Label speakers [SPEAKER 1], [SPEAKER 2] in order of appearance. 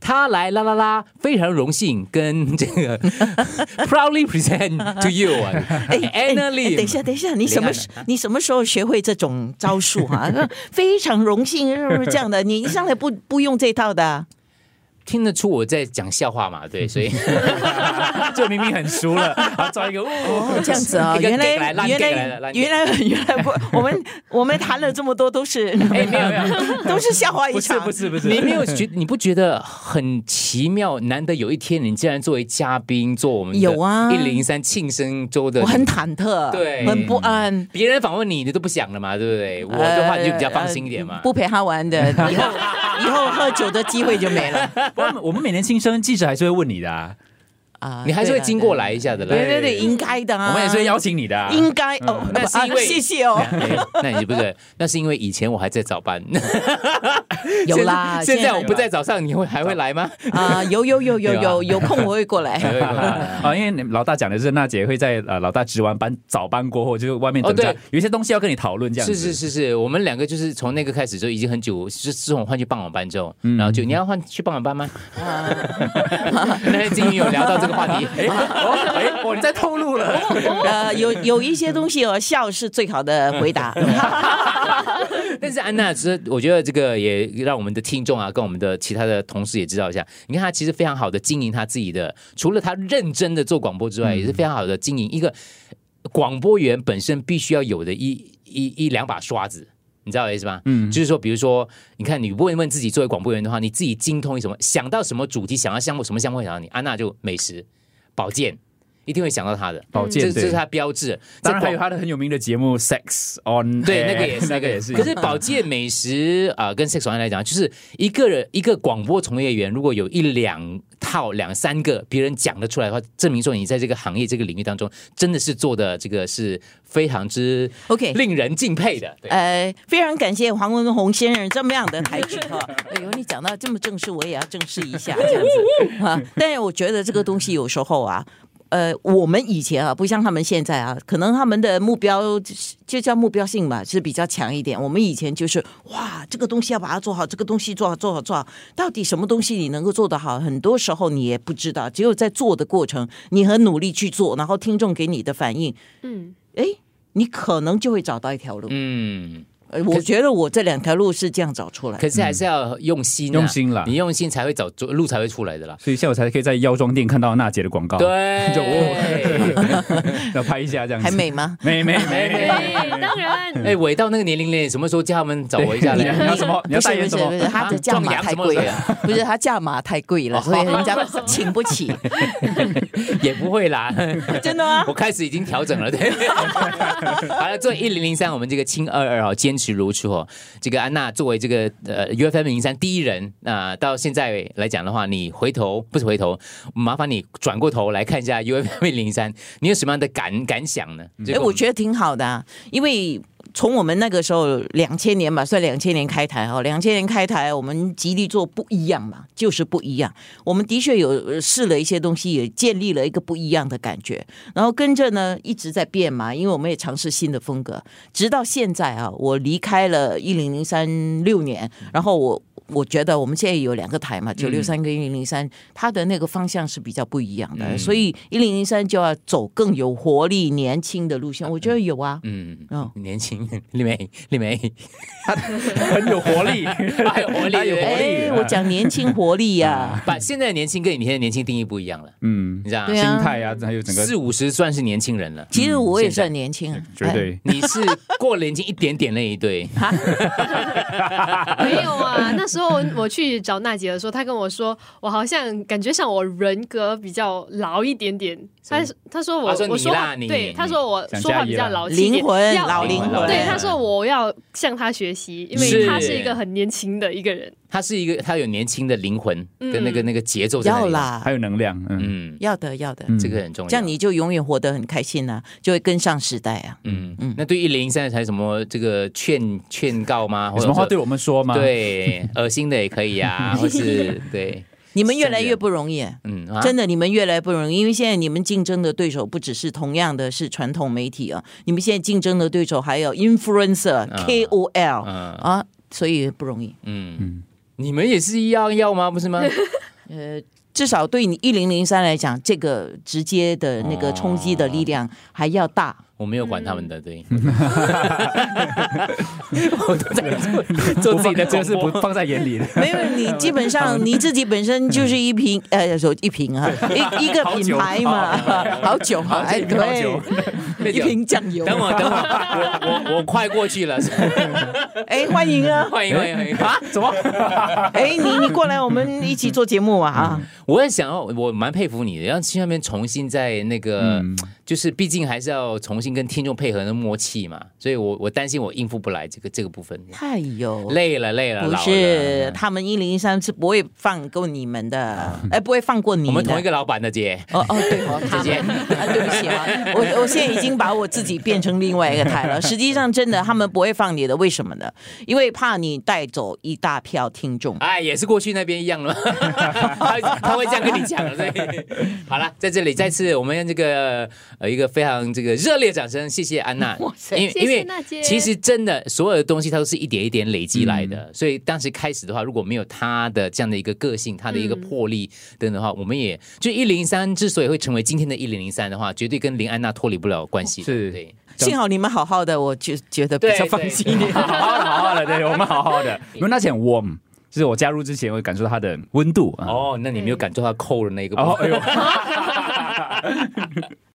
[SPEAKER 1] 他来啦啦啦，非常荣幸跟这 个 proudly present to you 啊
[SPEAKER 2] 哎
[SPEAKER 1] ，Anna
[SPEAKER 2] 哎
[SPEAKER 1] Lim。
[SPEAKER 2] 等一下，等一下，你什么时
[SPEAKER 1] 啊
[SPEAKER 2] 你什么时候学会这种招数啊？ 非常荣幸，是不是这 样的？你一上来不不用这套的啊、
[SPEAKER 1] 听得出我在讲笑话嘛？对， 所以
[SPEAKER 3] 就明明很熟 了，然后造一个哦，
[SPEAKER 2] 这样子啊、
[SPEAKER 1] 一个
[SPEAKER 2] 原
[SPEAKER 1] gag 来烂
[SPEAKER 2] 来
[SPEAKER 1] gag
[SPEAKER 2] 原
[SPEAKER 1] 来了烂
[SPEAKER 2] 来
[SPEAKER 1] gag
[SPEAKER 2] 原来 原来不，我们我们谈了这么多 都是
[SPEAKER 1] 哎，没有没有。
[SPEAKER 2] 都 是笑话一
[SPEAKER 3] 不是
[SPEAKER 2] 场
[SPEAKER 3] 不。是不是，
[SPEAKER 1] 你没 有觉，你不觉得很奇妙？难得有一天，你竟然作为嘉宾做我们
[SPEAKER 2] 有啊
[SPEAKER 1] 一零三庆生周的，
[SPEAKER 2] 我很忐忑，
[SPEAKER 1] 对
[SPEAKER 2] 很不安。
[SPEAKER 1] 别人访问你，你都不想了嘛，对不对？我的话你就比较放心一点
[SPEAKER 2] 呃
[SPEAKER 1] 嘛。
[SPEAKER 2] 不陪他 玩的，以后以后喝酒的机会就没了
[SPEAKER 3] 不然我们每年新生记者还是会问你的啊，
[SPEAKER 2] 啊！
[SPEAKER 1] 你还是会经过来一下的啦。
[SPEAKER 2] 对啦，对对对，应该的啊。
[SPEAKER 3] 我们也是会邀请你的啊，
[SPEAKER 2] 应该哦，
[SPEAKER 1] 嗯那是因为
[SPEAKER 2] 啊谢谢哦，
[SPEAKER 1] 哎那你就不对，那是因为以前我还在早 班，
[SPEAKER 2] 有啦，
[SPEAKER 1] 现在现在我
[SPEAKER 2] 有
[SPEAKER 1] 不在早上，你会还会来吗？
[SPEAKER 2] 啊，有有有有
[SPEAKER 1] 对吧
[SPEAKER 2] 有有空我会过
[SPEAKER 1] 还
[SPEAKER 2] 来。
[SPEAKER 1] 会 吗？
[SPEAKER 3] 啊，因为老大讲的是娜姐会在呃老大值完班早班过后，就是外面等
[SPEAKER 1] 哦
[SPEAKER 3] 着
[SPEAKER 1] 对，
[SPEAKER 3] 有一些东西要跟你讨论这样子。
[SPEAKER 1] 是是是是，我们两个就是从那个开始就已经很久，就是自从我换去傍晚班之后，然后就你要换去傍晚班吗？
[SPEAKER 2] 啊
[SPEAKER 1] 那今天有聊到这个话 题，
[SPEAKER 3] 哦，哎，我你在透露 了，
[SPEAKER 2] 呃，有有一些东西哦，笑是最好的 回答。
[SPEAKER 1] 但是安娜，其实我觉得这个也让我们的听众啊，跟我们的其他的同事也知道一下。你看她其实非常好的经营她自己的，除了她认真的做广播之外，
[SPEAKER 3] 嗯
[SPEAKER 1] 也是非常好的经营一个广播员本身必须要有的一一一两把刷子。你知道我的意思吗？嗯，就是说，比如说，你看，你问问自己，作为广播员的话，你自己精通什么？想到什么主题，想到项目，什么项目会想到你？安娜就美食、保健，一定会想到她的。
[SPEAKER 3] 宝
[SPEAKER 1] 这
[SPEAKER 3] 剑
[SPEAKER 1] 这是
[SPEAKER 3] 对，
[SPEAKER 1] 她标志。
[SPEAKER 3] 当然
[SPEAKER 1] 这
[SPEAKER 3] 还有他的很有名的节目《Sex on Air》，
[SPEAKER 1] 对，那个也是，
[SPEAKER 3] 那个也是。
[SPEAKER 1] 可是保健美食啊、呃跟 sex 玩来讲，就是一个人一个广播从业员，如果有一两套、两三个别人讲得出来的话，证明说你在这个行业、这个领域当中，真的是做的这个是非常之
[SPEAKER 2] OK
[SPEAKER 1] 令人敬佩的。对，
[SPEAKER 2] 呃，非常感谢黄文宏先生这么样的抬举哈。哎呦，你讲到这么正式，我也要正式一下这样子啊。但是我觉得这个东西有时候啊。呃，我们以前啊，不像他们现在啊，可能他们的目标就是就叫目标性吧，是比较强一点。我们以前就是哇，这个东西要把它做好，这个东西做好做好做好，到底什么东西你能够做得好？很多时候你也不知道，只有在做的过程，你很努力去做，然后听众给你的反应，
[SPEAKER 4] 嗯，
[SPEAKER 2] 哎，你可能就会找到一条路。
[SPEAKER 1] 嗯，
[SPEAKER 2] 呃，我觉得我这两条路是这样找出来的。
[SPEAKER 1] 可是还是要用心、啊，
[SPEAKER 3] 用心啦
[SPEAKER 1] 你用心才会找出路才会出来的啦。
[SPEAKER 3] 所以下午才可以在药妆店看到娜姐的广告，
[SPEAKER 1] 对，
[SPEAKER 3] 就哦，要拍一下这样子。
[SPEAKER 2] 还美吗？
[SPEAKER 3] 没没没
[SPEAKER 1] 没
[SPEAKER 3] 没，
[SPEAKER 4] 对，当然，
[SPEAKER 1] 哎，伟到那个年龄了，什么时候叫他们找我一下
[SPEAKER 3] 你
[SPEAKER 1] 来？
[SPEAKER 3] 要什 么？你要
[SPEAKER 2] 不是
[SPEAKER 3] 代
[SPEAKER 2] 不
[SPEAKER 3] 言
[SPEAKER 2] 是
[SPEAKER 3] 什
[SPEAKER 2] 不是，
[SPEAKER 3] 么？
[SPEAKER 2] 他的价
[SPEAKER 1] 壮
[SPEAKER 2] 码
[SPEAKER 1] 阳
[SPEAKER 2] 太
[SPEAKER 1] 什么
[SPEAKER 2] 贵
[SPEAKER 1] 鬼
[SPEAKER 2] 了，不是他价码太贵了，所以人家请不起。
[SPEAKER 1] 也不会啦，
[SPEAKER 2] 真的吗
[SPEAKER 1] 我开始已经调整了，对。 好了，作为一零零三，我们这个青二二哦，坚持如初哦。这个安娜作为这个呃 UFM 零三第一人，那、到现在来讲的话，你回头不是回头，麻烦你转过头来看一下 UFM 零三，你有什么样的感感想呢？
[SPEAKER 2] 哎，我觉得挺好的、啊，因为。从我们那个时候，两千年吧，算两千年开台哈，两千年开台，我们极力做不一样嘛，就是不一样。我们的确有呃试了一些东西，也建立了一个不一样的感觉。然后跟着呢一直在变嘛，因为我们也尝试新的风格，直到现在啊，我离开了一零零三六年，然后我我觉得我们现在有两个台嘛，九六三跟一零零三，它的那个方向是比较不一样的，哎所以一零零三就要走更有活力、年轻的路线，我觉得有啊。
[SPEAKER 1] 嗯
[SPEAKER 2] 哦，
[SPEAKER 1] 年轻丽梅，丽梅，
[SPEAKER 3] 很有活 力，
[SPEAKER 1] 还有活力，嗯
[SPEAKER 3] 还有活力
[SPEAKER 1] 对
[SPEAKER 2] 哎、我讲年轻活力啊呀、
[SPEAKER 1] 把现在的年轻跟以前的年轻定义不一样了，
[SPEAKER 3] 嗯，
[SPEAKER 1] 你知道吗
[SPEAKER 2] 对？
[SPEAKER 3] 心
[SPEAKER 2] 啊
[SPEAKER 3] 态啊，还有整个
[SPEAKER 1] 四五十算是年轻人了，
[SPEAKER 2] 其实我也
[SPEAKER 1] 现在
[SPEAKER 2] 算年轻啊，
[SPEAKER 3] 绝对
[SPEAKER 1] 你是过了年轻一点点那一对。
[SPEAKER 4] 没有 啊，那时候我去找娜姐的时候，她跟我说，我好像感觉像我人格比较老一点点。她她说
[SPEAKER 1] 嗯
[SPEAKER 4] 我
[SPEAKER 1] 她说你
[SPEAKER 4] 我说
[SPEAKER 1] 啦
[SPEAKER 4] 话
[SPEAKER 1] 你
[SPEAKER 4] 对，她说我
[SPEAKER 3] 想
[SPEAKER 4] 说话
[SPEAKER 3] 加一
[SPEAKER 4] 比较
[SPEAKER 3] 啦
[SPEAKER 4] 老
[SPEAKER 2] 哎
[SPEAKER 4] 气一
[SPEAKER 2] 灵
[SPEAKER 4] 点，
[SPEAKER 2] 魂
[SPEAKER 4] 要
[SPEAKER 2] 老灵魂，
[SPEAKER 4] 对，她说我要向她学习，因
[SPEAKER 1] 是
[SPEAKER 4] 为她是一个很年轻的一个人。
[SPEAKER 1] 他是一个，他有年轻的灵魂跟那个、
[SPEAKER 4] 嗯
[SPEAKER 1] 那个节奏在那
[SPEAKER 2] 要
[SPEAKER 1] 里，
[SPEAKER 2] 啦
[SPEAKER 3] 还，有能量，嗯，
[SPEAKER 1] 嗯，
[SPEAKER 2] 要的要的，
[SPEAKER 3] 嗯
[SPEAKER 1] 这个很重要。
[SPEAKER 2] 这样你就永远活得很开心啊，就会跟上时代啊。
[SPEAKER 1] 嗯嗯，那对一零三台什么这个劝劝告吗？或
[SPEAKER 3] 有
[SPEAKER 1] 者
[SPEAKER 3] 什么话
[SPEAKER 1] 说
[SPEAKER 3] 对啊我们说吗？，
[SPEAKER 1] 对恶心的也可以啊，或是对
[SPEAKER 2] 你们越来越不容易、
[SPEAKER 1] 嗯，啊
[SPEAKER 2] 真的，你们越来越不容易，因为现在你们竞争的对手不只是同样的是传统媒体啊，你们现在竞争的对手还有 influencer、KOL
[SPEAKER 1] 嗯
[SPEAKER 2] 啊，所以不容易。
[SPEAKER 3] 嗯
[SPEAKER 1] 嗯，你们也是一样要吗？不是吗？
[SPEAKER 2] 呃，至少对你一零零三来讲，这个直接的那个冲击的力量还要 大。
[SPEAKER 1] 我没有管他们的，对，
[SPEAKER 3] 嗯
[SPEAKER 1] 我都在做做自己的
[SPEAKER 3] 这
[SPEAKER 1] 广
[SPEAKER 3] 个是不
[SPEAKER 1] 播。
[SPEAKER 3] 放在眼里的。
[SPEAKER 2] 没有，你基本上你自己本身就是一瓶， 呃，说一瓶啊，一一个
[SPEAKER 3] 好
[SPEAKER 2] 品
[SPEAKER 3] 酒
[SPEAKER 2] 牌嘛，好酒啊，哎，对，
[SPEAKER 1] 那
[SPEAKER 2] 一
[SPEAKER 1] 个
[SPEAKER 2] 瓶酱 油。
[SPEAKER 1] 等我，等我，我我我快过去了，
[SPEAKER 2] 哎，欢迎啊！
[SPEAKER 1] 欢迎欢迎欢迎啊！
[SPEAKER 3] 怎么？
[SPEAKER 2] 哎，你你过来，我们一起做节目啊！啊，
[SPEAKER 1] 我也想要，我蛮佩服你的，要去那边重新在那个，
[SPEAKER 2] 嗯
[SPEAKER 1] 就是毕竟还是要重新跟听众配合的默契嘛，所以我我担心我应付不来这个这个部分，
[SPEAKER 2] 太有
[SPEAKER 1] 累了累了，
[SPEAKER 2] 哎不
[SPEAKER 1] 老了。
[SPEAKER 2] 是，他们一零一三是不会放过你们的，哎，不会放过你
[SPEAKER 1] 我
[SPEAKER 2] 们
[SPEAKER 1] 们
[SPEAKER 2] 的
[SPEAKER 1] 同一。个老板的姐，
[SPEAKER 2] 哦哦，对哦，他
[SPEAKER 1] 姐
[SPEAKER 2] 们啊，对不起 啊，我我现在已经把我自己变成另外一个台了。实际上，真的他们不会放你的，为什么呢？因为怕你带走一大票听众。
[SPEAKER 1] 哎，也是过去那边一样 了，他他会这样跟你讲的。所以好了，在这里再次我们用这个呃一个非常这个热烈掌声，谢谢安娜
[SPEAKER 2] 哇，塞
[SPEAKER 1] 因为
[SPEAKER 4] 谢谢
[SPEAKER 1] 因为
[SPEAKER 4] 娜姐
[SPEAKER 1] 其实真的所有的东西它都是一点一点累积来的，所以当时开始的话，如果没有她的这样的一个个性，她的一个魄力等等的话，我们也就一零三之所以会成为今天的一零零三的话，绝对跟林安娜脱离不了关系的，
[SPEAKER 3] 是
[SPEAKER 1] 对。
[SPEAKER 2] 幸好你们好好的，我就觉得比较放心。
[SPEAKER 1] 心一点，
[SPEAKER 3] 好好的，好好的，对我们好好的。因为那前 warm，就是我加入之前，我感受到它的温度啊。
[SPEAKER 1] 哎哦，那你没有感受到扣的那个部分
[SPEAKER 3] 哦，哎呦，